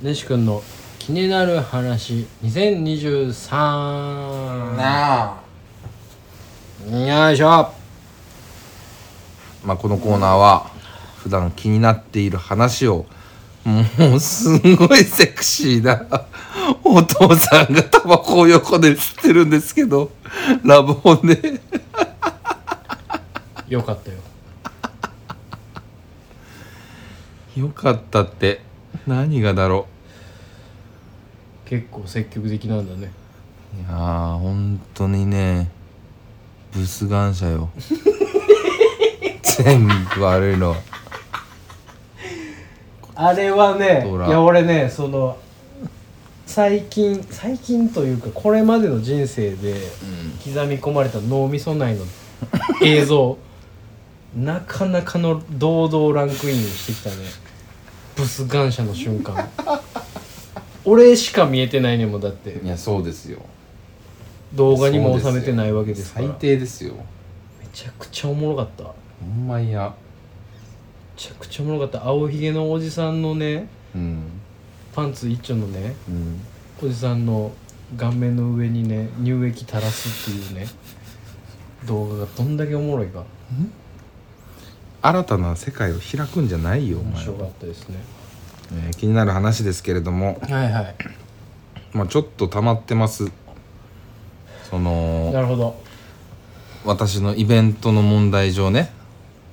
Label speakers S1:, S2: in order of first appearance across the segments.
S1: 西君の気になる話2023
S2: なあ
S1: よいしょ
S2: まあこのコーナーは普段気になっている話をもうすごいセクシーなお父さんがタバコを横で吸ってるんですけどラブホで
S1: よかったよ
S2: よかったって何がだろ
S1: 結構積極的なんだね
S2: ういやー本当にねブスガン車よ全部悪いのは
S1: あれはね
S2: ほら
S1: いや俺ねその最近最近というかこれまでの人生で刻み込まれた脳みそ内の映 像なかなかの堂々ランクインしてきたねブス感謝の瞬間俺しか見えてないねんもんだって
S2: いやそうですよ
S1: 動画にも収めてないわけですから
S2: 最低ですよ
S1: めちゃくちゃおもろかっため
S2: ほんまいや
S1: ちゃくちゃおもろかった青ひげのおじさんのね
S2: うん
S1: パンツ一丁のね
S2: うん
S1: おじさんの顔面の上にね乳液垂らすっていうね動画がどんだけおもろいか
S2: 新たな世界を開くんじゃないよお
S1: 面
S2: 前
S1: 白か
S2: は、
S1: ったですね
S2: えー気になる話ですけれども、
S1: はいはい
S2: まあ、ちょっと溜まってますそ
S1: な
S2: の
S1: るほど
S2: 私のイベントの問題上ね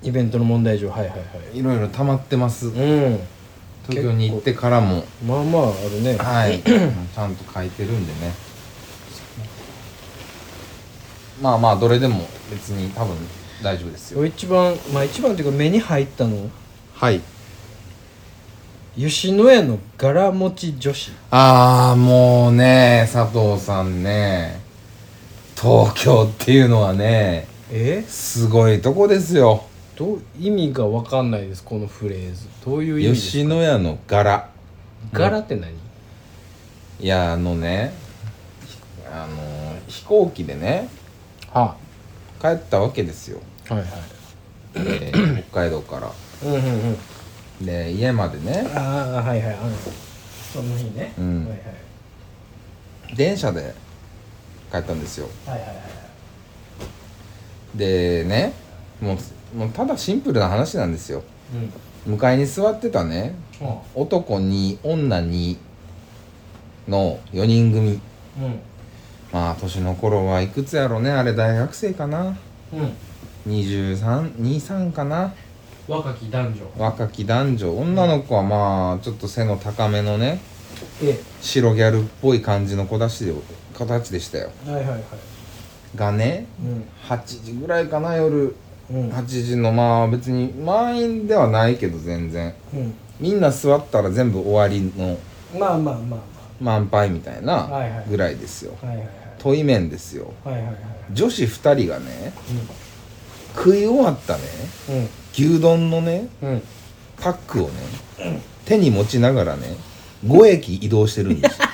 S1: イベントの問題上はいはいはい
S2: ろいろ溜まってます
S1: い
S2: 東京に行ってからも
S1: うんまあまああるね
S2: はいちゃんと書いてるんでねまあまあどれでも別に多分大丈夫ですよ
S1: 一番まあ一番っていうか目に入ったの
S2: はい
S1: 吉野家の柄持ち女子
S2: ああもうね佐藤さんね東京っていうのはね
S1: え
S2: すごいとこですよ
S1: どう意味が分かんないですこのフレーズどういう意味です
S2: 吉野家の柄
S1: 柄って何
S2: いやあのねひあのー飛行機でね
S1: は
S2: 帰ったわけですよ、
S1: あはいはい
S2: で北海道から
S1: うんうんうん
S2: で家までね
S1: ああはいはいあのその日ね
S2: うん
S1: はいはい
S2: 電車で帰ったんですよ
S1: はいはいはい
S2: でねもうもうただシンプルな話なんですよ
S1: うん
S2: 向かいに座ってたね
S1: あ
S2: 男に女にの4人組
S1: う
S2: まあ年の頃はいくつやろねあれ大学生かなん
S1: うん
S2: 2323かな
S1: 若き男女
S2: 若き男女女の子はまあちょっと背の高めのね
S1: え
S2: 白ギャルっぽい感じの子だしで形でしたよ
S1: えはいはいはい
S2: がね
S1: うん
S2: 8時ぐらいかな夜
S1: うん
S2: 8時のまあ別に満員ではないけど全然みんな座ったら全部終わりの
S1: うんまあまあまあ
S2: 満杯みたい
S1: は
S2: ない
S1: はい
S2: ぐらいですよ
S1: まあはいはいはい
S2: 遠い面ですよ
S1: はいはいはい
S2: 女子2人がね食い終わったね
S1: うん
S2: 牛丼のね
S1: うんうん
S2: パックをね手に持ちながらね5駅移動してるん ですよ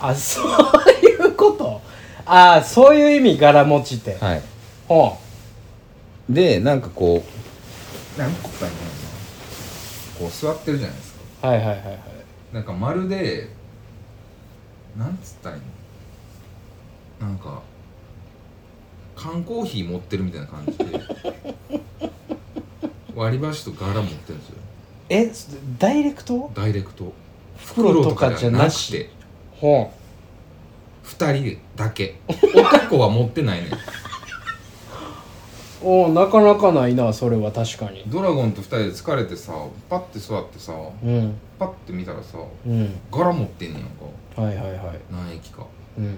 S1: あそういうことああそういう意味柄持ちって
S2: はい
S1: ほ
S2: でなんかこう何個かいかなこう座ってるじゃないですか
S1: うはいはいはいはい
S2: なんかまるでなんつったらいいのなんか缶コーヒー持ってるみたいな感じ で割り箸と柄持ってるんですよ
S1: えダイレクト
S2: ダイレクト
S1: 袋とかじゃなし
S2: て
S1: ほ
S2: 2人だけ男は持ってないね
S1: うおうなかなかないなそれは確かに
S2: ドラゴンと2人で疲れてさパッて座ってさ
S1: うん
S2: パッて見たらさ
S1: うん
S2: 柄持ってんねやんか
S1: はいはいはい
S2: 何駅か
S1: うん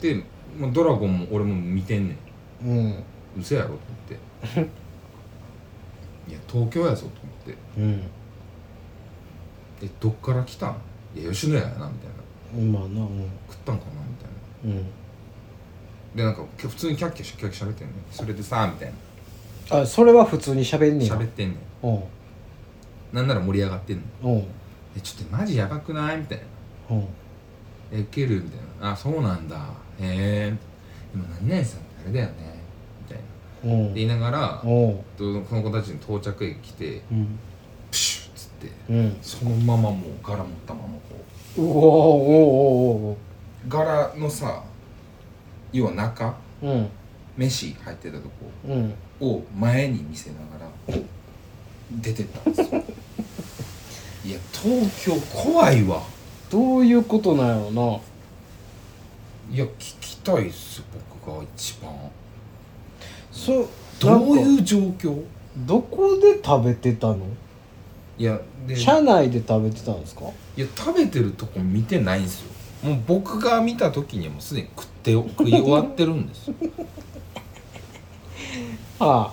S2: で、まあ、ドラゴンも俺も見てんねん
S1: うん
S2: 嘘やろと思っていや東京やぞと思っ
S1: うん
S2: てでどっから来たんいや吉野家やなみたいな
S1: まあなうん
S2: 食ったんかなみたい
S1: う
S2: な
S1: ん
S2: でなんかきょ普通にキャッキャしキャッキャ喋ってんねんそれでさみたいな
S1: あそれは普通に喋んねや
S2: 喋ってんね
S1: うん
S2: んなんなら盛り上がってんねん
S1: うん
S2: えちょっとマジやばくないみたいな
S1: うん
S2: えウケるみたいなあそうなんだへえでも何々さんってあれだよねみたい
S1: う
S2: な
S1: ん
S2: で言いながら
S1: うん
S2: その子たちに到着駅来て
S1: うん
S2: プシュッつってて
S1: うん
S2: そのままもう柄持ったままこ
S1: お
S2: う
S1: おおお
S2: 柄のさ要は中
S1: おうん
S2: 飯入ってたと
S1: うん
S2: こを前に見せながら出てったんですよいや東京怖いわ
S1: どういうことなんやろない
S2: や聞きたいっす僕が一番
S1: そう
S2: どう
S1: なんか
S2: いう状況
S1: どこで食べてたの
S2: いやで
S1: 車内で食べてたんですか
S2: いや食べてるとこ見てないんですよもう僕が見た時にはもうすでに食って食い終わってるんですよ
S1: ああ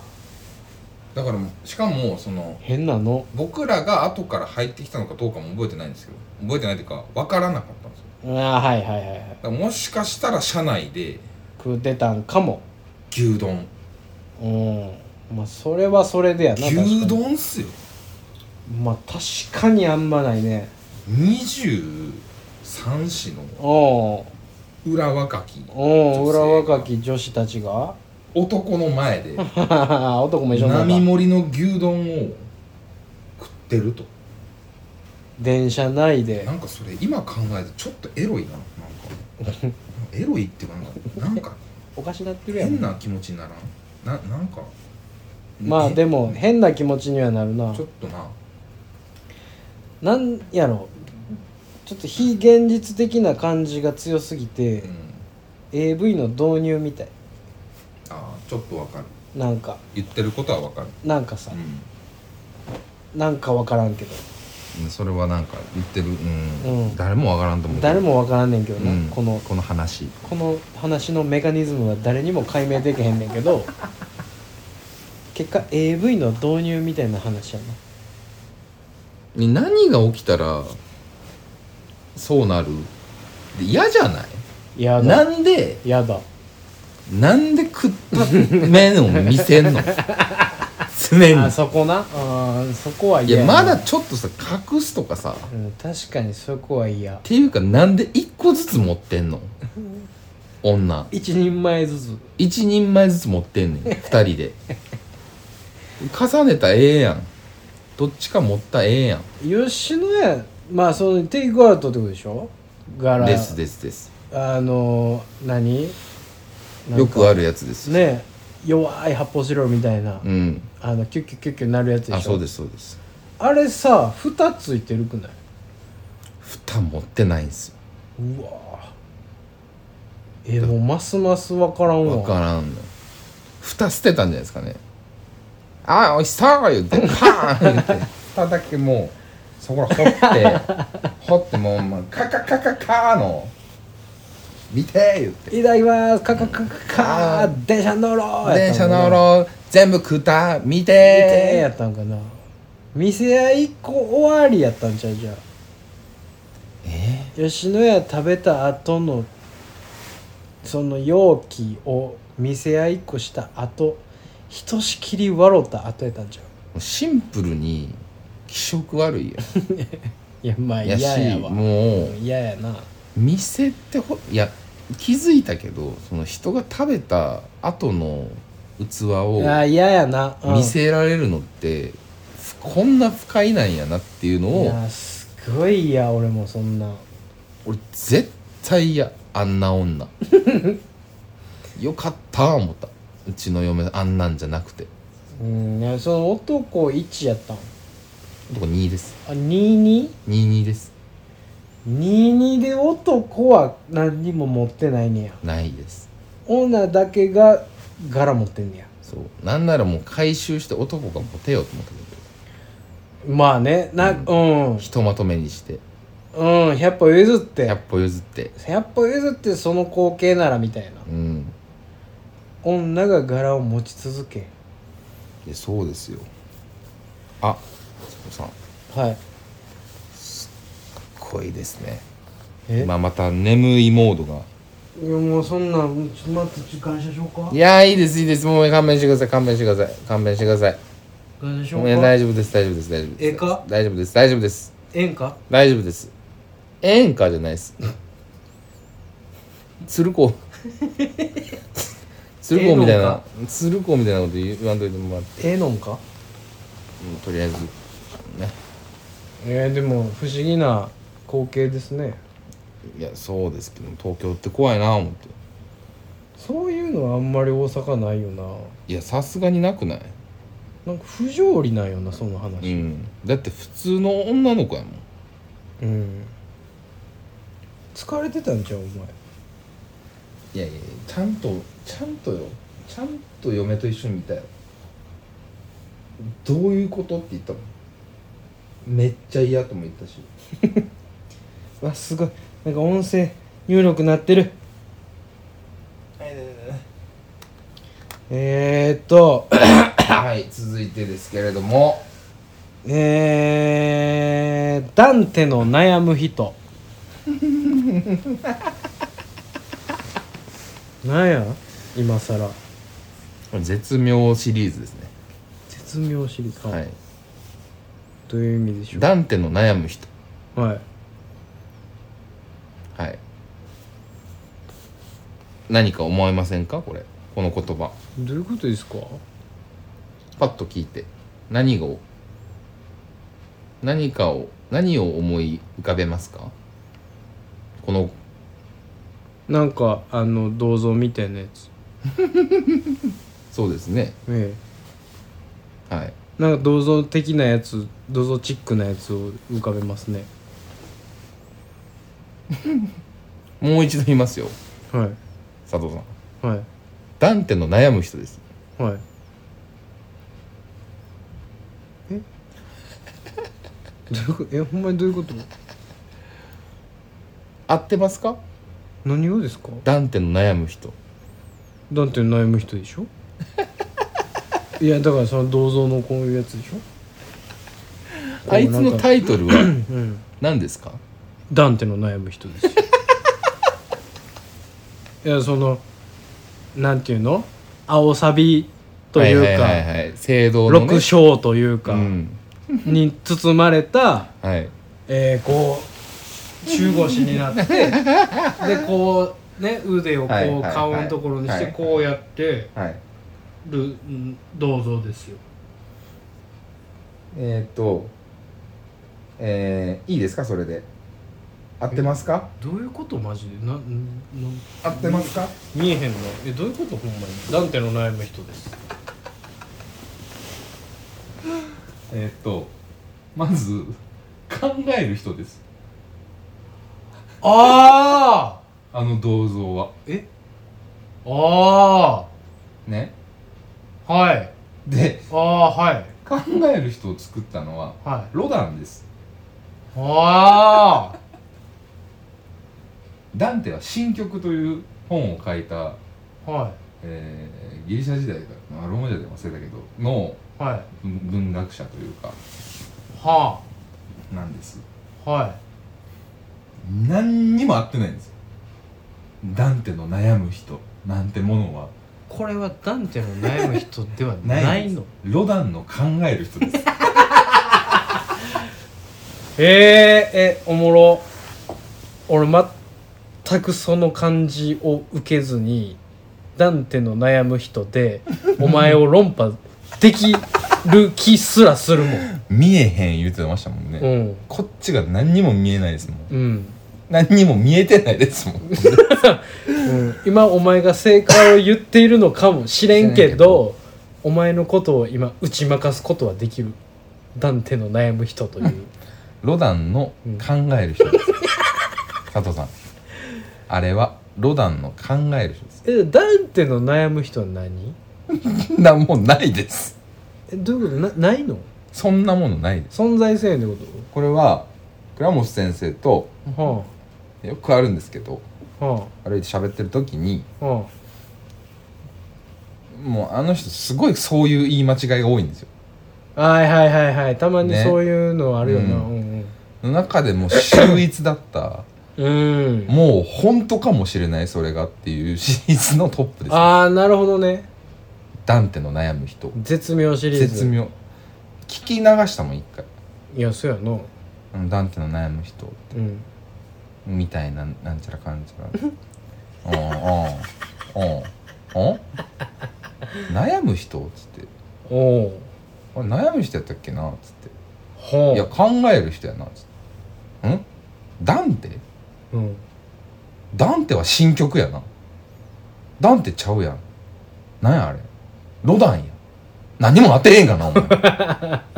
S2: だからもうしかもその
S1: 変なの
S2: 僕らが後から入ってきたのかどうかも覚えてないんですけど覚えてないというか分からなかったんですよ
S1: ああはいはいはいはい
S2: だからもしかしたら車内で
S1: 食うてたんかも
S2: 牛丼
S1: うんまあそれはそれでやな
S2: 牛
S1: 確か
S2: 丼っすよ
S1: にまあ確かにあんまないね
S2: 23市の
S1: おう
S2: 裏若き
S1: おう
S2: 女
S1: 裏
S2: 性が
S1: 若き女子たちが
S2: 男の前で
S1: 男も一緒にな
S2: 並
S1: んか
S2: 盛りの牛丼を食ってると
S1: 電車内で
S2: なんかそれ今考えてちょっとエロいななんかエロいっていうかなんかなんか
S1: おかしなってるやん
S2: 変な気持ちにならんななんか
S1: まあ
S2: え
S1: でも変な気持ちにはなるな
S2: ちょっとな
S1: なんやろちょっと非現実的な感じが強すぎて
S2: うん
S1: AV の導入みたい
S2: あーちょっとわかる
S1: なんか
S2: 言ってることはわかる
S1: なんかさ
S2: う
S1: なんかわからんけど
S2: んそれはなんか言ってるうん、
S1: うん
S2: 誰もわからんと思うけど
S1: 誰もわからんねんけどな、
S2: うん
S1: この
S2: この話
S1: この話のメカニズムは誰にも解明できへんねんけ ど結果 AV の導入みたいな話やな
S2: ね何が起きたらそうなるで嫌じゃない
S1: やだ
S2: なんで
S1: やだ
S2: なんで食った麺を見 せんの常
S1: あ
S2: に
S1: そこなあーそこはい嫌
S2: や
S1: な
S2: まだちょっとさ隠すとかさっ
S1: うん、確かにそこは嫌
S2: ていうかなんで一個ずつ持ってんの女
S1: 一人前ずつ
S2: 一人前ずつ持ってんねん二人で重ねたらええやんどっちか持ったらええやん
S1: 吉野家まあそのテイクアウトってことでしょ柄
S2: ですですです
S1: あの何
S2: よくあ
S1: る
S2: るやつですよ
S1: ね弱い発泡スチロールみたいな、
S2: うん
S1: あのキュッキュッキュッキュなるやつでしょ
S2: あそうですそうです
S1: あれさ蓋ついてるくない
S2: 蓋持ってないんすよ
S1: うわえもうますますわからんわ
S2: 分からんの蓋捨てたんじゃないですかねああおいしそう言 ってパーン言って蓋だけもうそこら掘 って掘ってもうまあカカカカカーの見て言って
S1: いただきますカカカカカー電車乗ろうや
S2: 電
S1: った
S2: 車
S1: んかな
S2: 乗ろう全部食った
S1: 見
S2: 見て
S1: てやったんかな見せ合いこ終わりやったんちゃうじゃあ
S2: え
S1: 吉野家食べた後のその容器を見せ合いっこした後ひとしきり笑った後やったんちゃ
S2: ーシンプルに気色悪いや
S1: ういやまあ
S2: んや
S1: 嫌
S2: し
S1: やわ
S2: もう
S1: 嫌やな
S2: 見せてほいや気づいたけどその人が食べた後の器を
S1: あ嫌やな、うん
S2: 見せられるのって、ふこんな不快なんやなっていうの
S1: い
S2: を
S1: やすごい嫌俺もそんな
S2: 俺絶対嫌あんな女 よかった思ったうちの嫁あんなんじゃなくて
S1: うんいやその男1やったん
S2: 男2です
S1: あ 22?22
S2: 22です
S1: で男は何にも持ってないねや
S2: ないです
S1: 女だけが柄持ってんねや
S2: そうなんならもう回収して男がモテようと思ったけど
S1: まあねなうん、うん、
S2: ひとまとめにして
S1: 100歩譲って
S2: 100歩譲って
S1: 100歩譲ってその光景ならみたいな
S2: うん
S1: 女が柄を持ち続け
S2: いやそうですよあそこさん
S1: はい
S2: 濃いですね
S1: え、
S2: 今また眠いモードが
S1: いやもうそんなんちょっと待ってちょっと感謝しようか
S2: いやーいいですいいですもう勘弁してください勘弁してください勘弁してください
S1: 感謝しよ
S2: もういうや
S1: か
S2: 大丈夫です大丈夫です大丈夫です
S1: ええか
S2: 大丈夫です大丈夫です
S1: ええんか
S2: 大丈夫です演歌じゃないです 鶴子鶴子みたいな鶴子みたいなこと言わんといてもらって
S1: ええのんか
S2: うんとりあえずね
S1: えー、でも不思議な光景ですね
S2: いやそうですけど東京って怖いな思って
S1: そういうのはあんまり大阪ないよない
S2: やさすがになくない、
S1: なんか不条理なんよなその
S2: う
S1: 話
S2: ん、だって普通の女の子やもん
S1: うん、疲れてたんちゃうお前
S2: いやいやちゃんとちゃんとよちゃんと嫁と一緒にいたよどういうことって言ったもんめっちゃ嫌とも言 ったし
S1: わすごいなんか音声入力なってるえー、っと
S2: はい続いてですけれども
S1: えー、ダンテの悩む人 なんや今さら
S2: 絶妙シリーズですね
S1: 絶妙シリーズ
S2: はい
S1: どういう意味でしょ
S2: ダンテの悩む人
S1: うはい
S2: はい何か思いませんかこれこの言葉
S1: どういうことですか
S2: パッと聞いて何を何かを何を思い浮かべますかこの
S1: なんかあの銅像みたいなやつ
S2: そうですね
S1: ええ
S2: はい
S1: なんか銅像的なやつ銅像チックなやつを浮かべますね
S2: もう一度言いますよ
S1: は
S2: 佐藤さん
S1: いはい
S2: ダンテの悩む人です
S1: はいえ どういうことえほんまにどういうこと
S2: 合ってますか
S1: 何をですか
S2: ダンテの悩む人
S1: だって悩む人でしょいやだからその銅像のこういうやつでしょ
S2: あいつのタイトルは
S1: うん
S2: 何ですか
S1: ダンテの悩む人 ですよいやそのなんていうの青サビというか、
S2: はいはいはいはい聖堂の、ね、
S1: 六章というか、
S2: うん
S1: に包まれた、
S2: はい
S1: えーこう中腰になってで こうね腕をこ
S2: はいは
S1: う
S2: いはい
S1: 顔のところにして
S2: はい
S1: こうやって
S2: はい
S1: るん銅像ですよ
S2: えー、っとえー、いいですかそれで合ってますか
S1: どういうことマジでななん
S2: 合ってますか
S1: 見えへんのえどういうことほんまにダンテの悩む人です
S2: えー、っとまず考える人です
S1: ああ
S2: あの銅像は
S1: えあ
S2: ね
S1: あはい
S2: で
S1: ああはい
S2: 考える人を作ったのは
S1: はい
S2: ロダンです
S1: ああ
S2: ダンテは「新曲」という本を書いた、
S1: は
S2: えーギリシャ時代かなまあローマ時代でも忘れたけどの
S1: いはい
S2: 文文学者というか
S1: は
S2: なんです
S1: あはい
S2: 何にも合ってないんですよダンテの悩む人なんてものは
S1: これはダンテの悩む人では
S2: ない
S1: ない
S2: んで
S1: の
S2: すロダンの考える人です
S1: えー、えおもろ俺全くその感じを受けずにダンテの悩む人でお前を論破できる気すらするもん
S2: 見えへん言うてましたもんね、
S1: うん
S2: こっちが何にも見えないですもん
S1: うん、
S2: 何にも見えてないですもん
S1: うん、今お前が正解を言っているのかもしれんけどお前のことを今打ち負かすことはできるダンテの悩む人という
S2: ロダンの考える人です、佐藤さんあれはロダンの考える人です
S1: えダンテの悩む人は何
S2: なんもないです
S1: えどういうことなないの
S2: そんなものないです
S1: 存在せえんってこ
S2: これは倉本先生と
S1: とは
S2: よくあるんですけど
S1: あは
S2: 歩いて喋ってる時に
S1: あは
S2: もうあの人すごいそういう言い間違いが多いんですよ
S1: あはいはいはいはいたまに
S2: ね
S1: そういうのあるよな、
S2: う
S1: うん
S2: の中でも秀逸だった
S1: うん、うん
S2: もう本当かもしれないそれがっていうシリーズのトップです
S1: ああなるほどね
S2: ダンテの悩む人
S1: 絶妙シリーズ
S2: 絶妙聞き流したもん一回
S1: いやそうやな
S2: うんダンテの悩む人
S1: うん
S2: みたいななんちゃらかんちゃらうんうんうんうん悩む人っつって
S1: おお
S2: 「あれ悩む人やったっけな」っつって
S1: ほ
S2: いや考える人やな」つってんダンテ
S1: う、うん、
S2: ダンテは新曲やなダンテちゃうやんなんやあれロダンや何も当てへんがなお前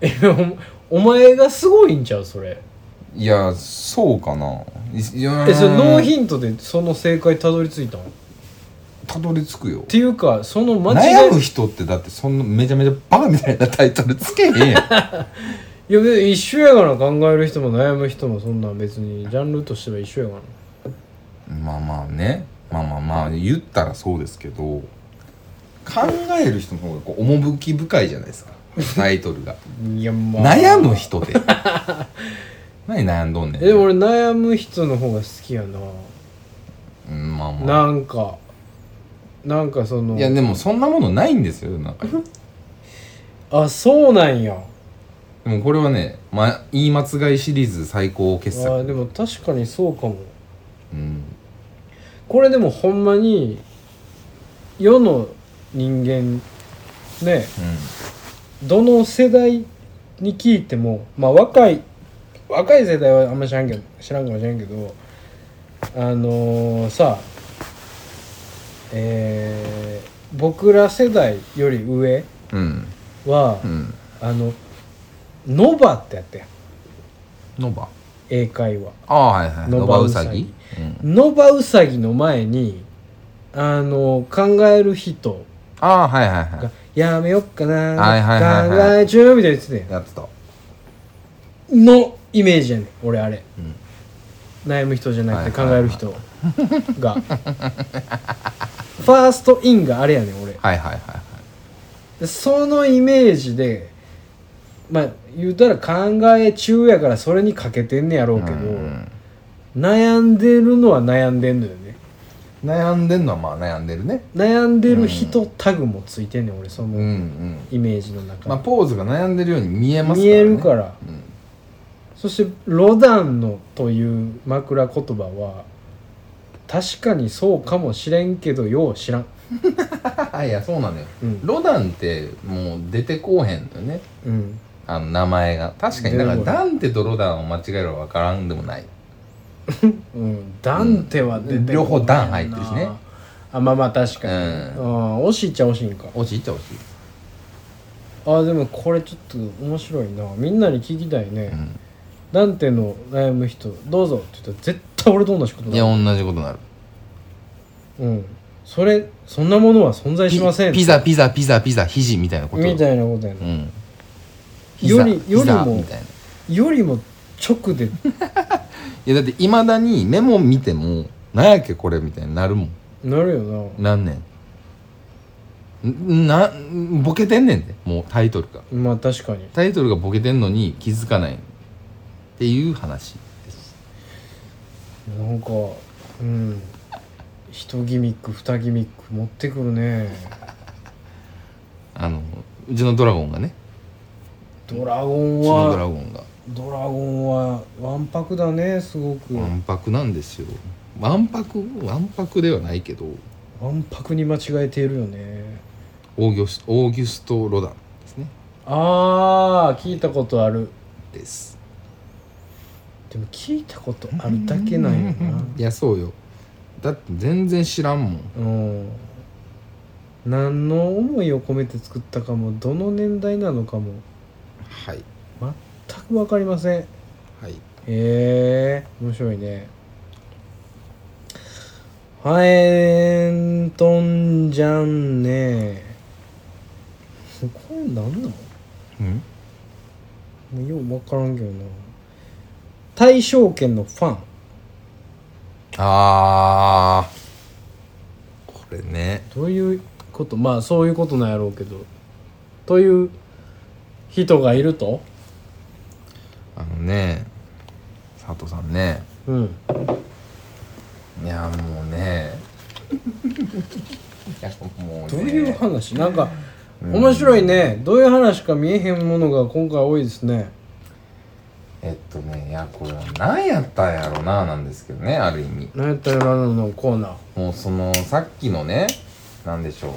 S1: えおお前がすごいんちゃうそれ
S2: いやそうかないいや
S1: えそれノーヒントでその正解たどり着いたの
S2: たどり着くよ
S1: っていうかその間違い
S2: 悩む人ってだってそんなめちゃめちゃバカみたいなタイトルつけへんやん
S1: いや別に一緒やから考える人も悩む人もそんなん別にジャンルとしては一緒やから
S2: まあまあねまあまあまあ言ったらそうですけど考える人の方がこう趣深いじゃないですかタイトルが
S1: いや まあ
S2: 悩む人 で何悩んどんねん
S1: えでも俺悩む人の方が好きやな、
S2: うんまあまあ
S1: なんかなんかその
S2: いやでもそんなものないんですよ世の中に
S1: あそうなんや
S2: でもこれはね、まあ、言い間違いシリーズ最高傑
S1: あ
S2: 作
S1: でも確かにそうかも
S2: うん
S1: これでもほんまに世の人間ねどの世代に聞いてもまあ若い若い世代はあんま知らんけど知らんかもしれんけどあのーさえー僕ら世代より上
S2: うんうん
S1: は、
S2: うん
S1: あのノバってやったやん
S2: ノバ
S1: 英会話
S2: ああはいはい
S1: ノ
S2: ノ
S1: バ
S2: バ
S1: ウ
S2: ウ
S1: サ
S2: サ
S1: ギ
S2: ギ、うん、
S1: ノバウサギの前にあの考える人
S2: ああはいはいは
S1: が「やめよっかな、
S2: はいはいはいは
S1: 考
S2: い
S1: え中」みたいな言ってたや
S2: いやってた、
S1: んのイメージやねん俺あれ
S2: うん、
S1: 悩む人じゃなくて考
S2: はいは
S1: え
S2: い
S1: る
S2: はい
S1: 人がファーストインがあれやねん俺
S2: はいはいはいはい
S1: でそのイメージでまあ言うたら考え中やからそれにかけてんねやろうけど、
S2: うん
S1: 悩んでるのは悩んでんのよね
S2: 悩んでんのはまあ悩んでるね
S1: 悩んでる人タグもついてんねん俺そ
S2: うん
S1: の
S2: うん
S1: イメージの中
S2: まあ
S1: に、
S2: ポーズが悩んでるように見えますから、ね、
S1: 見えるから
S2: うん、
S1: そして「ロダンの」という枕言葉は確かにそうかもしれんけどよう知らん、
S2: あ いやそうなのよ、
S1: うん
S2: ロダンってもう出てこうへんのよね
S1: うん、
S2: あの名前が確かにだから
S1: 出てこ
S2: ダンテとロダンを間違えれば分からんでもない
S1: うん、ダンテは出てこないな
S2: 両方ダン入ってるしね
S1: あまあまあ確かに、
S2: う
S1: あ惜しいっちゃ惜しいんか
S2: 惜しいっちゃ惜し
S1: あでもこれちょっと面白いなみんなに聞きたいね、
S2: い、うん
S1: ダンテの悩む人どうぞって言ったら絶対俺と同じこと
S2: い
S1: だ
S2: や同じことになる
S1: うんそれそんなものは存在しません
S2: ピピザピザピザピザ肘みたいなこと
S1: みたいなことやな、
S2: うん
S1: より
S2: 膝
S1: より
S2: 膝
S1: も
S2: みたいない
S1: よりも直で
S2: やだっていまだにメモ見てもなんやっけこれみたいになるもん
S1: なるよな
S2: なんねんんなんボケてんねんでもうタイトルが
S1: まあ確かに
S2: タイトルがボケてんのに気づかないっていう話
S1: なんかうん一ギミック二ギミック持ってくるね
S2: あのうちのドラゴンがね
S1: ドラゴン
S2: うちのドラ
S1: は
S2: ゴンが
S1: ドラゴンはわんぱくだねすごく
S2: わ
S1: わ
S2: んぱくなんですよわんぱくわんぱくではないけど
S1: んぱくに間違えているよね
S2: オーギュスオーギュスト・ロダンですね
S1: あー聞いたことある
S2: です
S1: でも聞いたことあるだけなんやない
S2: やそうよだって全然知らんもん
S1: うん何の思いを込めて作ったかもどの年代なのかも
S2: はい
S1: 全く分かりません
S2: はい
S1: へえ面白いねはえーんとんじゃんねこれなんなの
S2: うん
S1: もうよう分からんけどな大正圏のファン
S2: あーこれね
S1: どういうことまあそういうことなんやろうけどという人がいると
S2: あのね佐藤さんね
S1: うん
S2: いやもうね いやもうね
S1: どういう話なんか
S2: うん
S1: 面白いねどういう話か見えへんものが今回多いですね
S2: えっとねいやこれは何やったんやろななんですけどねある意味
S1: 何やったらなののコーナー
S2: もうそのさっきのねなんでしょ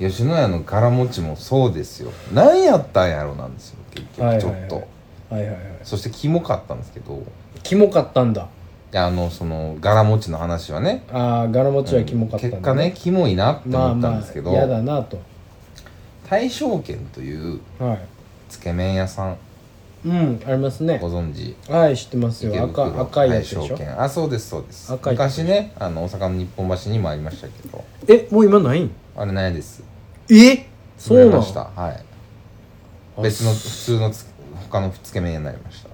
S2: う吉野家の柄持ちもそうですよ何やったんやろなんですよ結
S1: はい
S2: 局
S1: はいは
S2: ちょ
S1: い
S2: っと、
S1: はいはいはい
S2: そしてキモかったんですけど
S1: キモかったんだ
S2: あのその柄持ちの話はね
S1: ああ柄持ちはキモかったんだ、
S2: 結果ねキモいなって
S1: まあ
S2: 思った
S1: ま
S2: ん
S1: あ
S2: ですけど、
S1: 嫌だなと
S2: 大正軒という
S1: はい
S2: つけ麺屋さん
S1: うんありますね
S2: ご存知
S1: はい知ってます
S2: 池
S1: よ
S2: 袋
S1: 赤赤いやつで
S2: 大
S1: し
S2: 正
S1: ょ
S2: 軒あそうですそうです
S1: 赤いやつ
S2: 昔ねあの大阪の日本橋にもありましたけど
S1: えもう今ないん
S2: あれないです
S1: えそうな
S2: 売れ
S1: の
S2: ましたはい別の普通のつ他のつけ麺屋になりました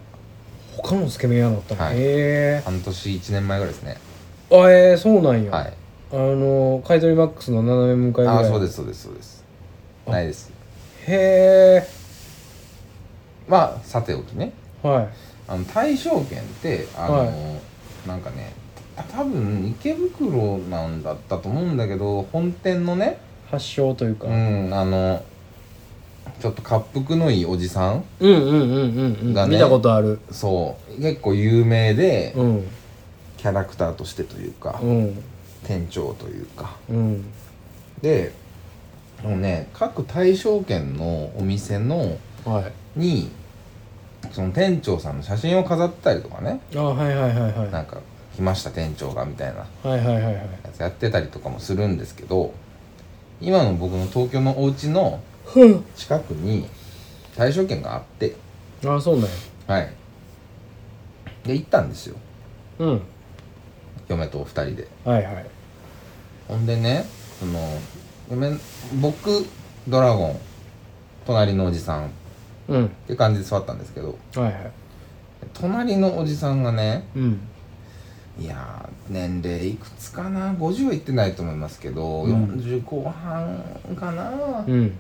S1: 他のつけ麺屋だったの、
S2: はい
S1: へ
S2: 半年1年前ぐらいですね
S1: えあえー、そうなんや、
S2: はい
S1: あの買い取りマックスの斜め向かいぐらい
S2: あそうですすそうですそうです
S1: あ
S2: ないです
S1: へ
S2: まあさておきね
S1: えはい
S2: あの大正軒ってあの、
S1: は
S2: なんかねた多分池袋なんだったと思うんだけど本店のね
S1: 発祥というか、
S2: うんあのちょっと恰幅のいいおじさん
S1: うん、うんうんうんう
S2: だ
S1: ん、
S2: ね
S1: 見たことある
S2: そう結構有名で、
S1: うん
S2: キャラクターとしてというか、
S1: うん
S2: 店長というか
S1: うん
S2: でもうね各大正軒のお店の
S1: はい
S2: にその店長さんの写真を飾ったりとかね
S1: あはいはいはいはい
S2: なんか来ました店長がみたいな
S1: はいはいはいはい
S2: やつやってたりとかもするんですけど今の僕の東京のお家の
S1: ふ
S2: 近くに大正軒があって
S1: んあそうなんや
S2: はいで行ったんですよ
S1: うん
S2: 嫁と二人で
S1: はいはい
S2: ほんでねその嫁僕ドラゴン隣のおじさんっ
S1: うん
S2: ていう感じで座ったんですけど
S1: はいはい
S2: 隣のおじさんがね
S1: うん
S2: いやー年齢いくつかな50はいってないと思いますけど、
S1: うん
S2: 40後半かな、
S1: うん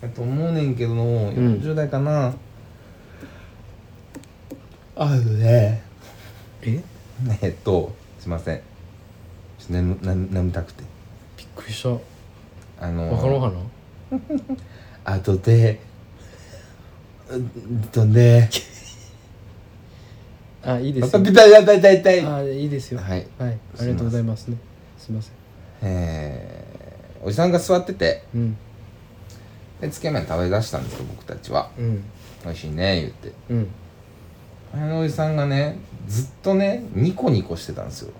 S2: やと思うねんけど、
S1: ん
S2: 40代かなあるね
S1: え
S2: えっとすいませんちょっと眠眠眠たくて
S1: びっくりした
S2: あ
S1: 若の
S2: の
S1: 花
S2: あとでうんとね
S1: あいいで
S2: ますた
S1: よ
S2: ビタビタビタビタ
S1: あいいですよはい、
S2: はい
S1: ありがとうございますねすいません
S2: えー、おじさんが座ってて
S1: うん
S2: でつけ麺食べ出したんですよ僕たちは
S1: うん
S2: 美味しいね言って
S1: うん
S2: あのおじさんがねずっとねニコニコしてたんですよ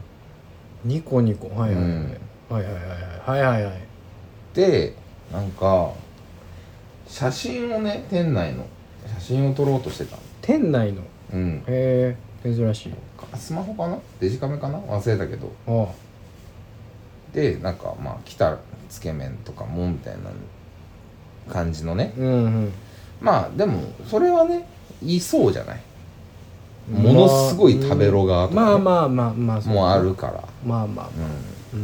S1: ニコニコはいはいはい、
S2: うん
S1: はいはいはいはいはいはい
S2: でなんか写真をね店内の写真を撮ろうとしてたの
S1: 店内の
S2: うん
S1: へえ珍しい
S2: かスマホかなデジカメかな忘れたけど
S1: あ
S2: でなんかまあ来たつけ麺とかもみたいな感じのね
S1: うん
S2: まあでもそれはねいそうじゃない
S1: うん
S2: ものすごい食べロガーとかね
S1: まあまあまあまあそ
S2: もうあるから
S1: まあまあまあうん
S2: う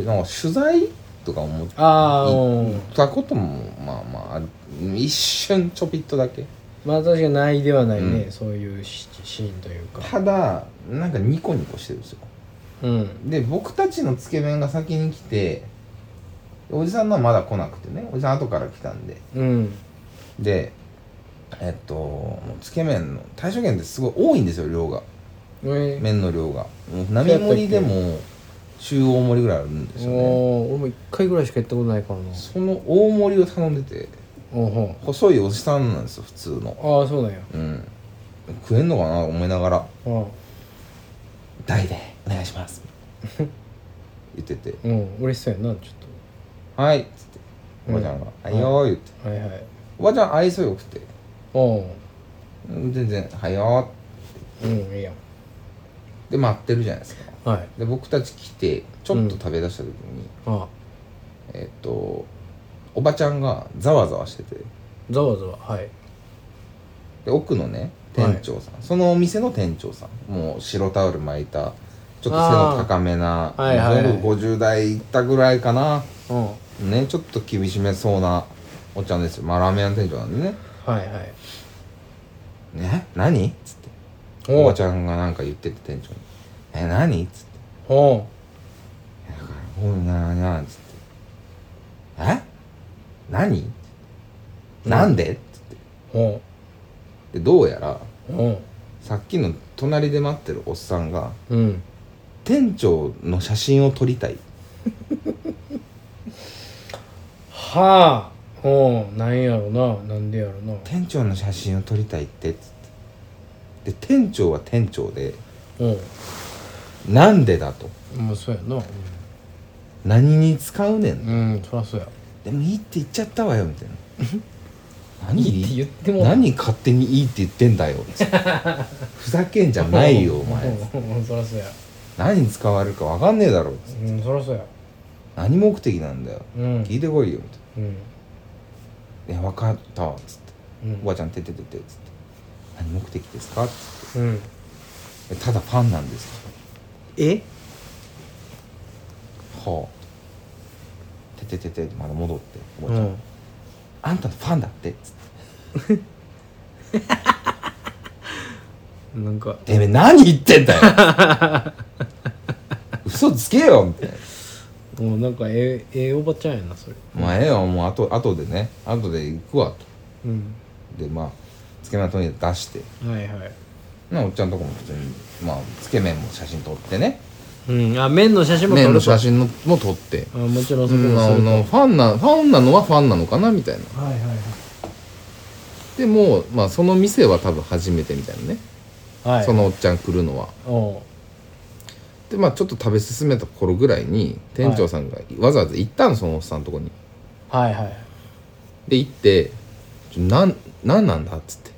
S2: んでなんか取材とか思っ
S1: ああう
S2: 行
S1: ん
S2: ったこともまあまあある一瞬ちょびっとだけ
S1: まあ確かにないではないね、
S2: うん
S1: そういうシシーンというか
S2: ただなんかニコニコしてるんですよ
S1: うん
S2: で僕たちのつけ麺が先に来ておじさんのはまだ来なくてねおじさん後から来たんで
S1: うん
S2: でえっともうつけ麺の大正軒ってすごい多いんですよ量が
S1: えー
S2: 麺の量がもう並盛りでも中大盛りぐらいあるんですよね
S1: おー俺も1回ぐらいしか行ったことないからな
S2: その大盛りを頼んでて
S1: おうほう
S2: 細いおじさんなんですよ普通の
S1: ああそうなんや
S2: うん食えんのかな思いながら
S1: ああ
S2: 「大でお願いします」 言ってて
S1: うん嬉しそうやなちょっ
S2: 「はい」っつっておばちゃんが「はいよ」言って
S1: とはいはい
S2: おばちゃん愛想よくて
S1: おう
S2: うん全然「はよ
S1: うんいいやん」
S2: で待ってるじゃないですか
S1: はい
S2: で僕たち来てちょっと食べ出した時に、
S1: ああ
S2: えっとおばちゃんがざわざわしてて
S1: ざわざわはい
S2: で奥のね店長さん、そのお店の店長さんもう白タオル巻いたちょっと背の高めな
S1: あーはいはいはい
S2: もうそれこそ50代いったぐらいかな
S1: うん
S2: ねちょっと厳しめそうなおっちゃんですよまあラーメン屋の店長なんでね
S1: はいはい
S2: 「ね何?」っつって
S1: お
S2: お
S1: う
S2: ばちゃんがなんか言ってて店長に「え何?」っつって
S1: おう
S2: 「おいなにゃん」っつって「え何?」なんで?」っつって
S1: おう
S2: でどうやら
S1: おう
S2: さっきの隣で待ってるおっさんが
S1: うん
S2: 店長の写真を撮りたい
S1: はあうんなんやろななんでやろな
S2: 店長の写真を撮りたいってっつってで店長は店長で
S1: う
S2: なんでだと
S1: んもうそうやな
S2: 何に使うねん
S1: うん、うん、そらそうや
S2: でもいいって言っちゃったわよみたいな
S1: いいって言っても
S2: 何勝手にいいって言って んだよつってふざけんじゃないよお前
S1: うんうんそらそうや
S2: 何に使われるか分かんねえだろつって
S1: うんそらそうや
S2: 何目的なんだよ
S1: うん
S2: 聞いてこいよみたい
S1: うん
S2: な「いや分かったわ」つって
S1: う
S2: 「
S1: ん
S2: おばあちゃんてててて」つって「何目的ですか?」つって
S1: うん
S2: えただファンなんですかえはあててててまだ戻っておば
S1: う
S2: あちゃん、
S1: ん
S2: あんたのファンだってつっ
S1: なんか
S2: ててめえ何言って んだよ嘘つけよみたいな
S1: もうなんかええええおばちゃんやなそれ
S2: まあええよもうあとあとでねあとで行くわ
S1: うん
S2: とでまあつけ麺はとにかく出して
S1: はいはい
S2: なおっちゃんとこも普通にまあつけ麺も写真撮ってね
S1: うんあ麺の写真も撮
S2: 麺の
S1: ると
S2: 写真のも撮って
S1: あもちろんそこ
S2: うん
S1: も
S2: あ
S1: すると
S2: のファンなファンなのはファンなのかなみたいな
S1: はいはいはい
S2: でもう、まあ、その店は多分初めてみたいなね、
S1: はい
S2: そのおっちゃん来るのは
S1: おう
S2: でまあちょっと食べ進めた頃ぐらいに店長さんがわざわざ行ったのそのおっさんのとこに
S1: はいはい
S2: で行って「ちょなんなんなんだ?」っつって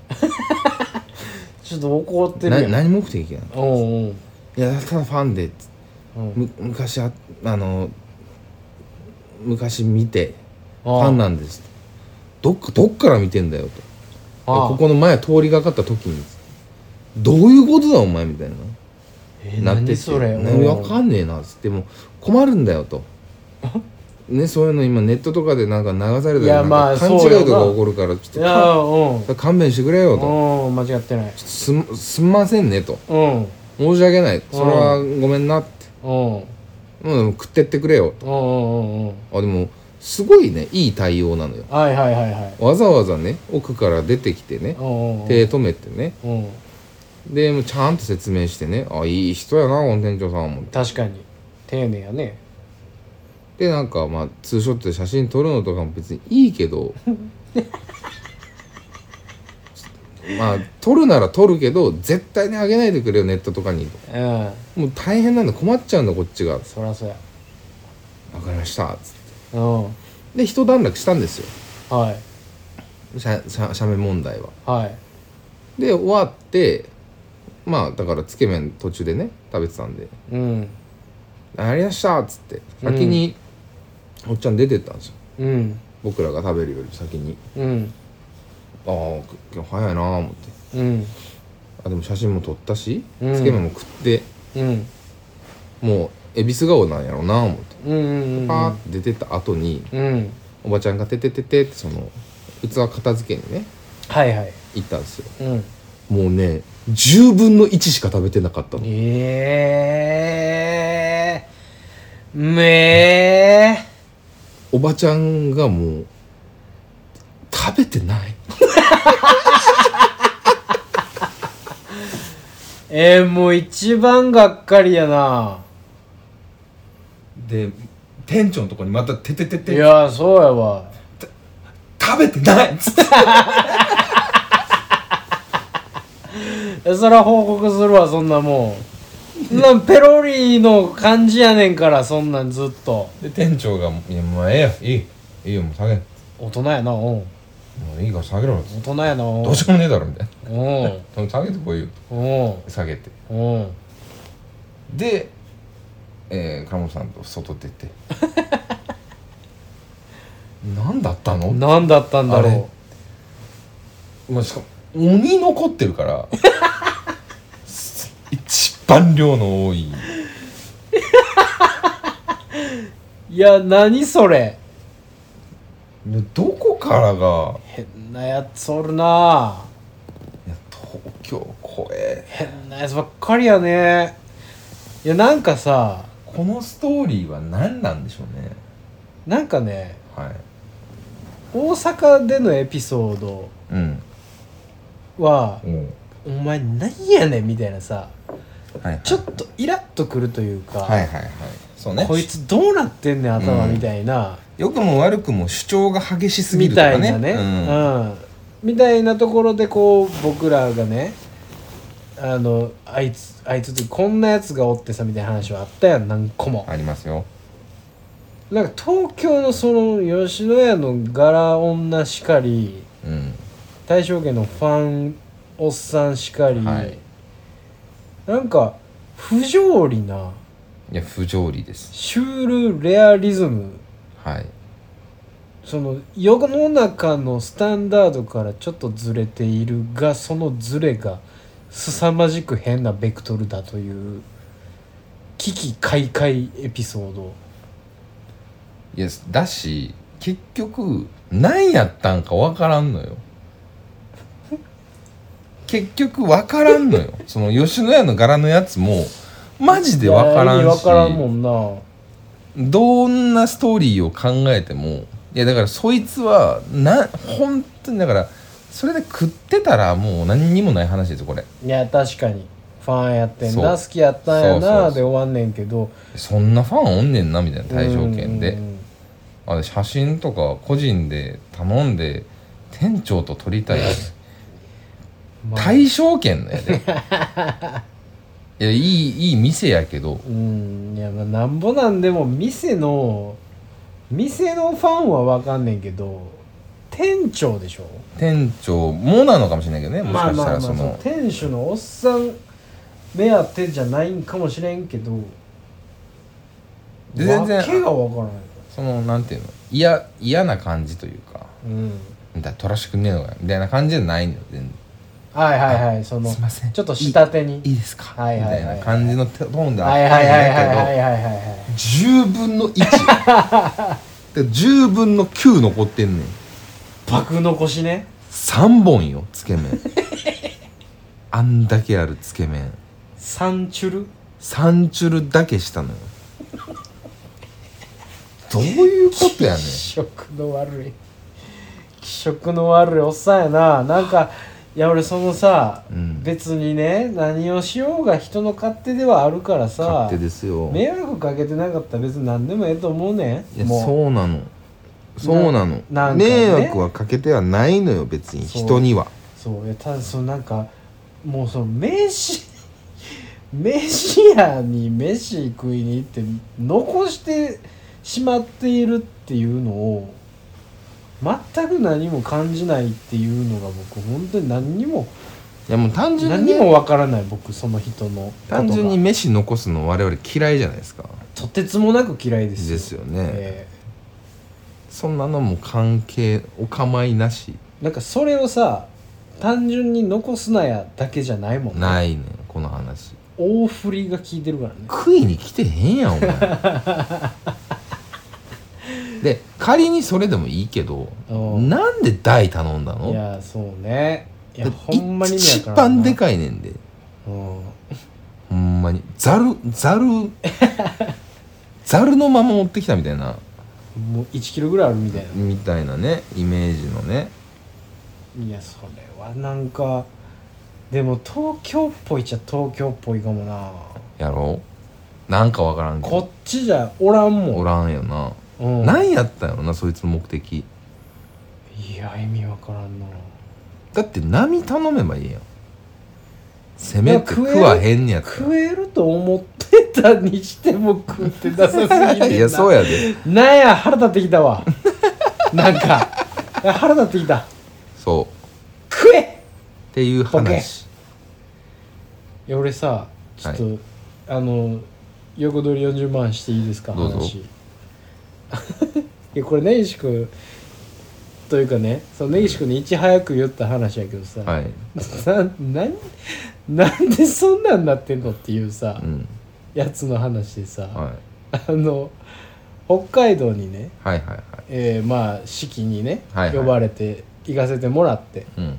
S1: ちょっと怒っ
S2: 「
S1: てる
S2: な
S1: やん
S2: 何目的やん?」
S1: おう
S2: いやただファンで」っつって
S1: おう
S2: む昔ああの昔見てフ
S1: ああ
S2: ァンなんです」どっかどっから見てんだよ」と「
S1: ああ
S2: ここの前通りがかった時に」どういうことだお前」みたいな。
S1: え
S2: なって
S1: 何
S2: て
S1: それ
S2: ねわかんねえなっつっても困るんだよとねそういうの今ネットとかでなんか流されたり
S1: いや
S2: なん
S1: ま
S2: か
S1: あ
S2: 勘
S1: そう
S2: 違
S1: よ
S2: いと
S1: な
S2: か起こるからち
S1: い
S2: ょっと
S1: やうん
S2: か勘弁してくれよと
S1: うん間違ってない
S2: すんすんませんねと
S1: うん
S2: 申し訳ないそれはごめんなって
S1: うん
S2: もう食ってってくれよ
S1: うんうんうんうん
S2: あでもすごいねいい対応なのよ
S1: はいはいはいはい
S2: わざわざね奥から出てきてね
S1: うんうんうん
S2: 手止めてね
S1: うん
S2: でもうちゃんと説明してねあいい人やなこの店長さんも
S1: 確かに丁寧やね
S2: でなんかまあツーショットで写真撮るのとかも別にいいけど まあ撮るなら撮るけど絶対にあげないでくれよネットとかに
S1: うん
S2: もう大変なんだ困っちゃうんだこっちが「わ
S1: そらそうや
S2: かりました」つって
S1: うん
S2: で一段落したんですよ
S1: はい
S2: 写写写メ問題は
S1: はい
S2: で終わってまあだからつけ麺途中でね食べてたんで
S1: うん
S2: 「ありました」っつって先に、おっちゃん出てったんですよ
S1: うん
S2: 僕らが食べるより先に
S1: うん
S2: ああ今日早いなあ思って
S1: うん
S2: あでも写真も撮ったし、
S1: うん
S2: つけ麺も食って
S1: うん
S2: もう恵比寿顔なんやろうな思って
S1: うんうんうん
S2: パーって出てった後に、
S1: うん
S2: おばちゃんが「てててて」ってその器片付けにね
S1: はいはい
S2: 行ったんですよ
S1: うん
S2: もうね10分の1しか食べてなかったの
S1: ええめ
S2: おばちゃんがもう食べてない
S1: ええーもう一番がっかりやな
S2: で店長のとこにまた「ててて
S1: いやーそうやわ
S2: 食べてない」っつって
S1: えそら報告するわそんなもんなんペロリの感じやねんからそんなんずっと
S2: で店長が「いやもうええよいいいいよもう下げも
S1: 大人やなうん
S2: ういいから下げろ」っつって
S1: 大人やな
S2: 「
S1: うん
S2: どうしようもねえだろ」みたい
S1: う
S2: な
S1: ん
S2: 「でも下げてこいよ」
S1: うん
S2: 下げて
S1: うん
S2: で、えー、倉本さんと外出て 何だったの
S1: 何だったんだ
S2: あ
S1: ろ
S2: れまあ、しかも鬼残ってるから す一番量の多いう
S1: いや何それ
S2: どこからが
S1: 変なやつおるない
S2: や東京怖え
S1: 変なやつばっかりやねいやなんかさ
S2: このストーリーは何なんでしょうね
S1: なんかね
S2: はい
S1: 大阪でのエピソード
S2: うん
S1: は
S2: おう
S1: 「お前何やねん」みたいなさ
S2: はいはい
S1: ちょっとイラッとくるというか、
S2: はいはいはいそうね
S1: こいつどうなってんねん頭
S2: うん
S1: みたいな、
S2: 良くも悪くも主張が激しすぎ
S1: み
S2: ると
S1: た
S2: か
S1: い
S2: ね
S1: なね、
S2: う
S1: うんんみたいなところでこう僕らがねあのあいつあいつってこんなやつがおってさみたいな話はあったやん何個も、
S2: ありますよ
S1: なんか東京のその吉野家の柄女しかり
S2: うん
S1: 大正家のファンおっさんしかり、
S2: はい
S1: なんか不条理ない
S2: や不条理です
S1: シュールレアリズム
S2: はい
S1: その世の中のスタンダードからちょっとずれているがそのずれが凄まじく変なベクトルだという危機開会エピソード
S2: いやだし結局何やったんか分からんのよ結局分からんのよその吉野家の柄のやつもマジで分から
S1: いや意味わからんも
S2: んし
S1: んな
S2: どんなストーリーを考えてもいやだからそいつはな本当にだからそれで食ってたらもう何にもない話ですよこれ
S1: いや確かにファンやってんな
S2: そう
S1: 好きやったんや
S2: そうそうそ
S1: な
S2: う
S1: で終わんねんけど
S2: そんなファンおんねんなみたいな対象圏で
S1: うん
S2: あれ写真とか個人で頼んで店長と撮りたい
S1: まあ
S2: 大象券だよ ねいやいいいい店やけど
S1: うんいやまあなんぼなんでも店の店のファンはわかんねんけど店長でしょ
S2: 店長もなのかもしれないけどねもし
S1: まあ
S2: かし
S1: ま
S2: た
S1: あまあ
S2: らそ
S1: その
S2: の
S1: 店主のおっさん目当てじゃないんかもしれんけど
S2: で全然
S1: わけがわからない
S2: そのなんていうの嫌嫌な感じというか
S1: うん
S2: みたいなとらしくねえのかよみたいな感じじゃないのよ全
S1: はいはいはいその
S2: 然すいません
S1: ちょっと下手に
S2: いいですか
S1: はい
S2: み
S1: はいは
S2: た
S1: い
S2: いな感じのトーンであっ
S1: はい
S2: た
S1: はいはいはいは
S2: ん
S1: い
S2: やけど
S1: はいはいはい
S2: 10分の1 で10分の9残ってんねん
S1: 爆残しね
S2: 3本よつけ 麺あんだけあるつけ麺
S1: サンチュル
S2: サンチュルだけしたのよどういうことやねん
S1: 気色の悪い気色の悪いおっさんやななんかいや俺そのさ、
S2: うん
S1: 別にね何をしようが人の勝手ではあるからさ
S2: 勝手ですよい
S1: 迷惑かけてなかったら別に何でもええと思うねん
S2: や
S1: も
S2: そうなのそうなの
S1: ななんかね
S2: 迷惑はかけてはないのよ別に
S1: そう
S2: 人には
S1: うそういやただそのなんかもうその 飯飯屋に飯食いに行って残してしまっているっていうのを全く何も感じないっていうのが僕本当に何にも
S2: いやもう単純
S1: 何
S2: に
S1: に
S2: ね
S1: もわからない僕その人のことが
S2: 単純に飯残すの我々嫌いじゃないですか
S1: とてつもなく嫌いですよ
S2: ですよね、
S1: え
S2: そんなのも関係お構いなし
S1: えなんかそれをさ単純に残すなやだけじゃないもんね
S2: ないねんこの話
S1: 大振りが効いてるからね
S2: 食いに来てへんやん お前で仮にそれでもいいけど
S1: うん
S2: なんで大頼んだの
S1: いやそうねい
S2: だ
S1: や
S2: って
S1: ほんまに意味
S2: 一
S1: わからん
S2: 番
S1: な
S2: でかいねんで
S1: うん
S2: ほんまにざるざ るざるのまま持ってきたみたいな
S1: もう1キロぐらいあるみたい
S2: みたいなねイメージのね
S1: ないやそれはなんかでも東京っぽいっちゃ東京っぽいかもな
S2: やろなんかわからんけ
S1: こ
S2: ど
S1: っちじゃおらん
S2: お
S1: もん
S2: らんよ
S1: う
S2: な、
S1: ん
S2: なんやったんやろなそいつの目的
S1: いや意味わからんな
S2: だって波頼めばいいやんせめて
S1: いや食える
S2: 食わへんねやった
S1: 食えると思ってたにしても食ってなさすぎてん
S2: ら
S1: ない
S2: やそうやで
S1: なんや腹立ってきたわなんかいや腹立ってきた
S2: そう
S1: 食え
S2: っていう話
S1: いや俺さちょっと、あの横取り40万していいですか
S2: どうぞ
S1: 話 いやこれ根岸君というかねその根岸君にいち早く言った話やけどさ、
S2: はい、
S1: ななんなんでそんなんなってんのっていうさ、
S2: うん
S1: やつの話でさ、
S2: はい、
S1: あの北海道にね、
S2: はいはいはい
S1: えーまあ式にね、
S2: はいはい
S1: 呼ばれて行かせてもらって
S2: うん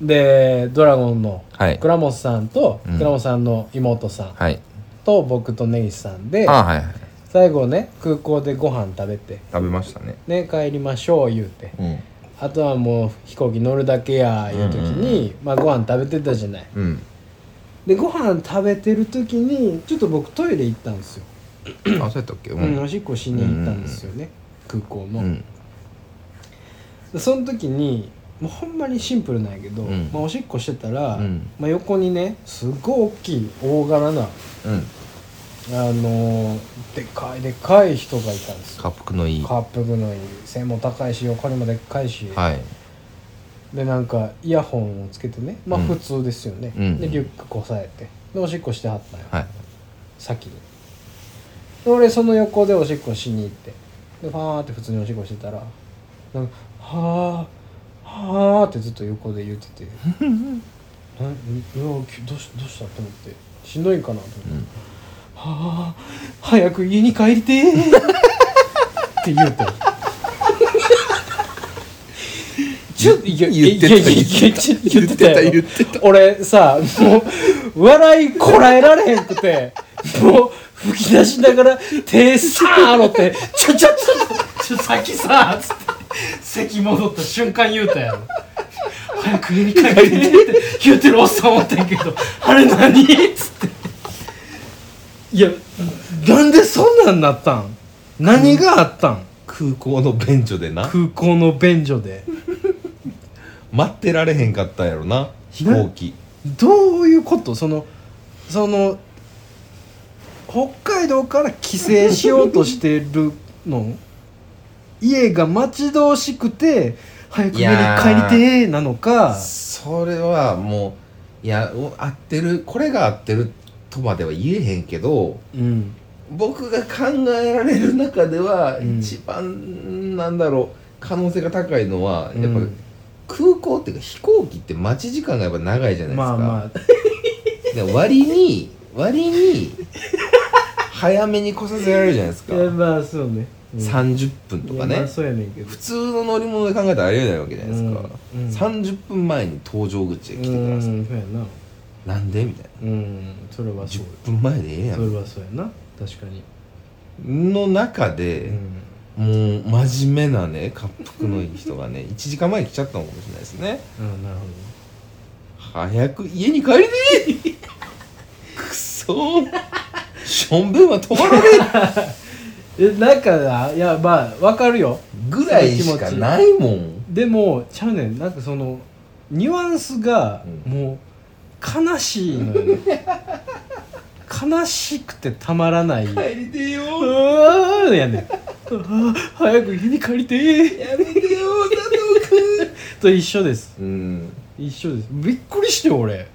S1: でドラゴンの
S2: はい
S1: 倉本さんと、
S2: うん
S1: 倉本さんの妹さん
S2: はい
S1: と僕と根岸さんで、
S2: あはいはい
S1: 最後ね空港でご飯食べて、
S2: 食べましたね
S1: ね、帰りましょう言うて
S2: うん
S1: あとはもう飛行機乗るだけやいう時に、まあ、ご飯食べてたじゃない
S2: うん
S1: でご飯食べてる時にちょっと僕トイレ行ったんですよ
S2: あそうやったっけう
S1: うん、
S2: ん
S1: おしっこしに行ったんですよね、空港
S2: う
S1: の、
S2: ん
S1: でその時にもうほんまにシンプルなんやけど、
S2: うん
S1: まあ、おしっこしてたら、
S2: うん
S1: まあ、横にねすごい大きい大柄なあ
S2: うん
S1: のーでっかいでっかい人がいたんですよ
S2: 滑覆のいいは
S1: カップ部のいい背も高いし横にもでっかいし、
S2: い
S1: でなんかイヤホンをつけてねまあ
S2: うん
S1: 普通ですよね、
S2: うん
S1: でリュックこさえてでおしっこしてはったんよ、
S2: はい
S1: 先にで俺その横でおしっこしに行ってでファーって普通におしっこしてたらなんか「はあはあ」ってずっと横で言って て「なんうわきどうしどうした?」と思ってしんどいんかなと思って「
S2: うん
S1: はあ早く家に帰り てー」って言うたちょいや
S2: 言ってた
S1: いやいやいや
S2: 言ってた
S1: 言
S2: 言
S1: っ
S2: ってて
S1: たよ俺さもう笑いこらえられへんくてもう吹き出しながら手さーのってちょちょちょちょ先さーっつって席戻った瞬間言うたやろ早く家に帰ってって言うてるおっさんおったんやけどあれ何っつっていやなんでそんなんなったん何があったん
S2: 空港の便所でな
S1: 空港の便所で
S2: 待ってられへんかったんやろな飛行機
S1: どういうことそのその北海道から帰省しようとしてるの家が待ち遠しくて早く家に帰りてーなのか
S2: それはもういやお合ってるこれが合ってるとまでは言えへんけど
S1: うん
S2: 僕が考えられる中では
S1: うん
S2: 一番なんだろう、可能性が高いのはやっぱ
S1: うん
S2: 空港っていうか飛行機って待ち時間がやっぱ長いじゃないです
S1: まあ
S2: か、
S1: まあ
S2: で割に割に早めに来させられるじゃないですか
S1: いやまあそうね、うん
S2: 30分とか
S1: いやま
S2: ね
S1: あそうやねんけど
S2: 普通の乗り物で考えたらありえないわけじゃないですか、
S1: うんうん
S2: 30分前に搭乗口で来てください、
S1: うんそうやな
S2: なんでみたいな
S1: うんそれはそ
S2: 10
S1: う
S2: 分前でええや
S1: それ
S2: ん
S1: はそうやな確かに、
S2: の中
S1: う
S2: で、
S1: ん、
S2: もう真面目なね滑覆のいい人がね1時間前に来ちゃったのかもしれないですね
S1: あなるほ
S2: 早く家に帰りてえくそーしょんべんは止まらね
S1: どえなんかいやまあわかるよ
S2: えぐらいしかないもん
S1: でもちゃうねんなんかそのニュアンスが
S2: うん
S1: もう悲しいのよ、 ね、悲しくてたまらないう
S2: 帰りてえよー
S1: ーんやねんうわー早く家に帰りてー
S2: やめてよー佐藤
S1: と一緒です
S2: 君うん
S1: 一緒ですびっくりして俺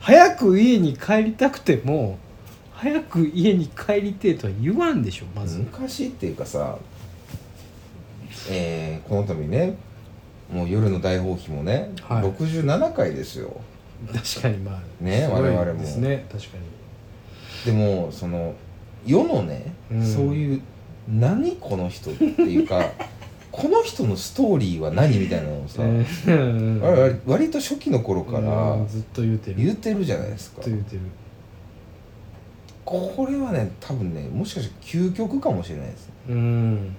S1: 早く家に帰りたくても早く家に帰りてーとは言わんでしょまず、
S2: 昔っていうかさえー、この度ねもう夜の大放棄もね、
S1: はい
S2: 67回ですよ
S1: 確かにまあ
S2: ね
S1: すごい
S2: 我々も
S1: ですね確かに
S2: でもその世のね、
S1: うん
S2: そういう「何この人」っていう かこの人のストーリーは何みたいなのをさ、
S1: うん
S2: 我々割と初期の頃から
S1: うんずっと言うてる
S2: 言ってるじゃないですか
S1: ずっと言うてる
S2: これはね多分ねもしかして究極かもしれないです
S1: うん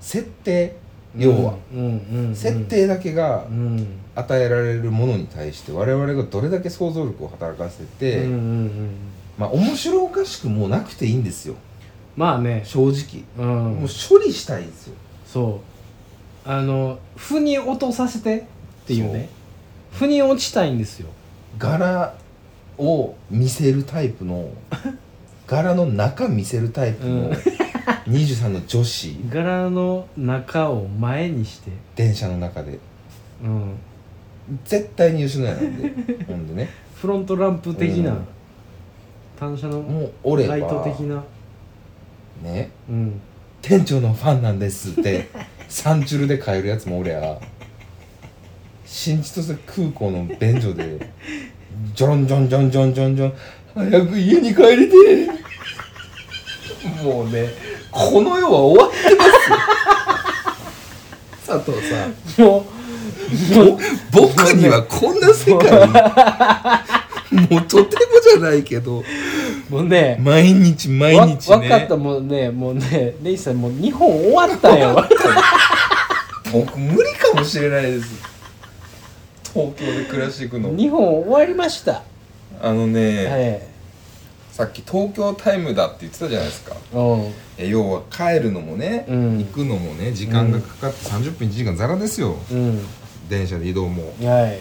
S2: 設定要は、、
S1: うんうんうん、
S2: 設定だけが
S1: うん
S2: 与えられるものに対して我々がどれだけ想像力を働かせ
S1: うん
S2: て、
S1: うんうん、
S2: まあ面白おかしくもうなくていいんですよ
S1: まあね、
S2: 正直、
S1: うん、
S2: もう処理したいんですよ
S1: そうあの腑に落とさせてっていうね腑に落ちたいんですよ
S2: 柄を見せるタイ プの柄の中見せるタイプ
S1: うん
S2: の23の女子
S1: 柄の中を前にして
S2: 電車の中で
S1: うん
S2: 絶対に吉野家なん でほんでね
S1: フロントランプ的な、
S2: うん
S1: 単車の
S2: もう俺
S1: ライト
S2: は
S1: 的な
S2: ね
S1: うん
S2: 店長のファンなんですってサンチュルで買えるやつも俺や新千歳空港の便所でジョンジョンジョンジョンジョンジョン早く家に帰りてえもうねこの世は終わってますよ佐藤さん
S1: も
S2: ぼ僕にはこんな世界 もうとてもじゃないけど
S1: う もうね
S2: 毎日毎
S1: わ
S2: 日
S1: わかっ
S2: ね
S1: たもうねもうねレイさんもう日本終わったよ
S2: 僕無理かもしれないです東京で暮らしていくの
S1: 日本終わりました
S2: あのね、
S1: ええ
S2: さっき東京タイムだって言ってたじゃないですか
S1: うん
S2: え要は帰るのもね、
S1: うん
S2: 行くのもね時間がかかって30分1時間ザラですよ、
S1: うん
S2: 電車で移動も
S1: はい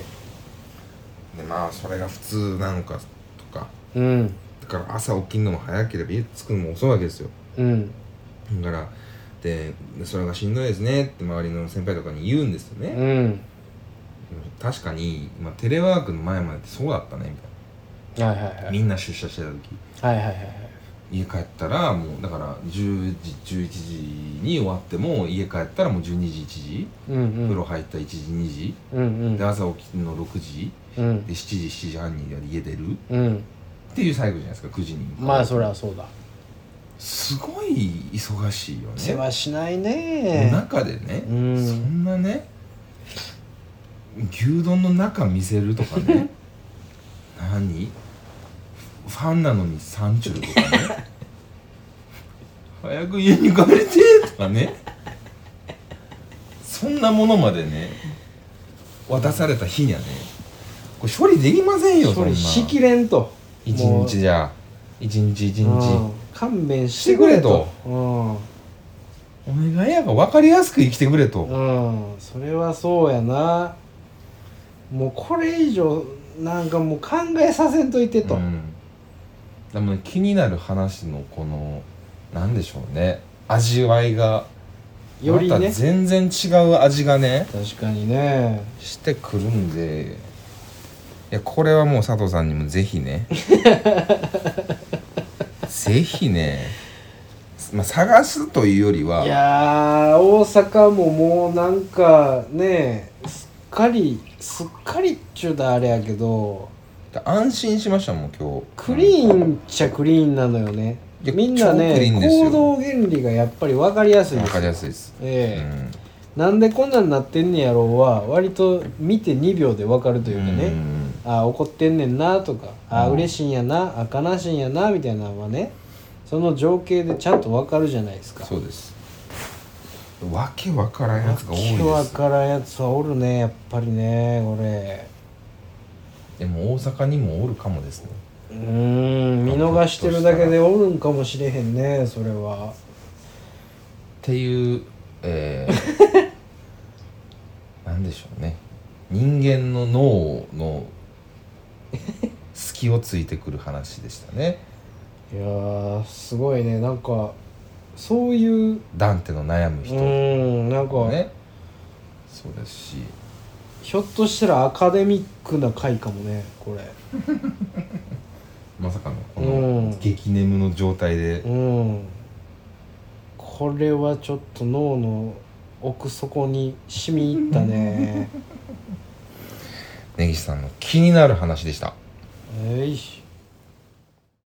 S2: でまあそれが普通なのかとか
S1: うん
S2: だから朝起きるのも早ければ家着くのも遅いわけですよ
S1: うん
S2: だからでそれがしんどいですねって周りの先輩とかに言うんですよね、
S1: うん
S2: 確かに、まあ、テレワークの前までってそうだったねみたい
S1: はいはいはい
S2: な みんな出社してた時
S1: はいはいはいはい
S2: 家帰ったらもうだから10時11時に終わっても家帰ったらもう12時1時
S1: うんうん
S2: 風呂入った1時2時
S1: うんうん
S2: で朝起きるの6時
S1: うん
S2: で7時7時半に家出る
S1: うん
S2: っていう最後じゃないですか9時に
S1: まあそりゃそうだ
S2: すごい忙しいよ
S1: 世
S2: ね
S1: 話しない
S2: の
S1: ね
S2: 中でね
S1: う
S2: そ
S1: ん
S2: んなね牛丼の中見せるとか ね何ファンなのに三中とかね 早く家に帰れてとかねそんなものまでね渡された日にはねこれ処理できませんよそ
S1: そ
S2: んな
S1: れしきれんと
S2: 一
S1: もう
S2: 日じゃ一日一
S1: うん
S2: 日
S1: 勘弁してくれと
S2: して
S1: うん
S2: お願いやが分かりやすく生きてくれと、
S1: うんそれはそうやなもうこれ以上なんかもう考えさせんといてと、
S2: うんでもね気になる話のこのなんでしょうね味わいが
S1: より
S2: また
S1: ね
S2: 全然違う味がね
S1: 確かにね
S2: してくるんでいやこれはもう佐藤さんにもぜひ ねぜひね、まあ、探すというよりはい
S1: やー大阪ももうなんかねすっかりすっかりっちゅうだあれやけど
S2: 安心しましたもん今日
S1: クリーンっちゃクリーンなのよね
S2: いや
S1: みんな
S2: 超クリー
S1: ね
S2: ンですよ
S1: 行動原理がやっぱり分かりやすいで
S2: わ
S1: す
S2: かりやすいです、
S1: ええなんでこんなんなってんねやろうは割と見て2秒で分かるといううんかね、
S2: うん
S1: ああ怒ってんねんなとかああ
S2: うん
S1: 嬉しいんやなあ悲しいんやなみたいなのはねその情景でちゃんと分かるじゃないですか
S2: そうですわけわからんやつが多い
S1: わけわ
S2: です
S1: からんやつはおるねやっぱりねこれ
S2: でも大阪にもおるかもですね
S1: うーん見逃してるだけでおるんかもしれへんねそれは
S2: っていうえー、 なんでしょうね人間の脳の隙をついてくる話でしたね
S1: いやーすごいねなんかそういう
S2: ダンテの悩む
S1: う
S2: 人ね
S1: ーんなんか、
S2: そうですし
S1: ひょっとしたらアカデミックな回かもねこれ
S2: まさかのこ
S1: う
S2: の
S1: ん
S2: 激眠の状態で
S1: うんこれはちょっと脳の奥底に染み入ったね
S2: 根岸さんの気になる話でした
S1: えいし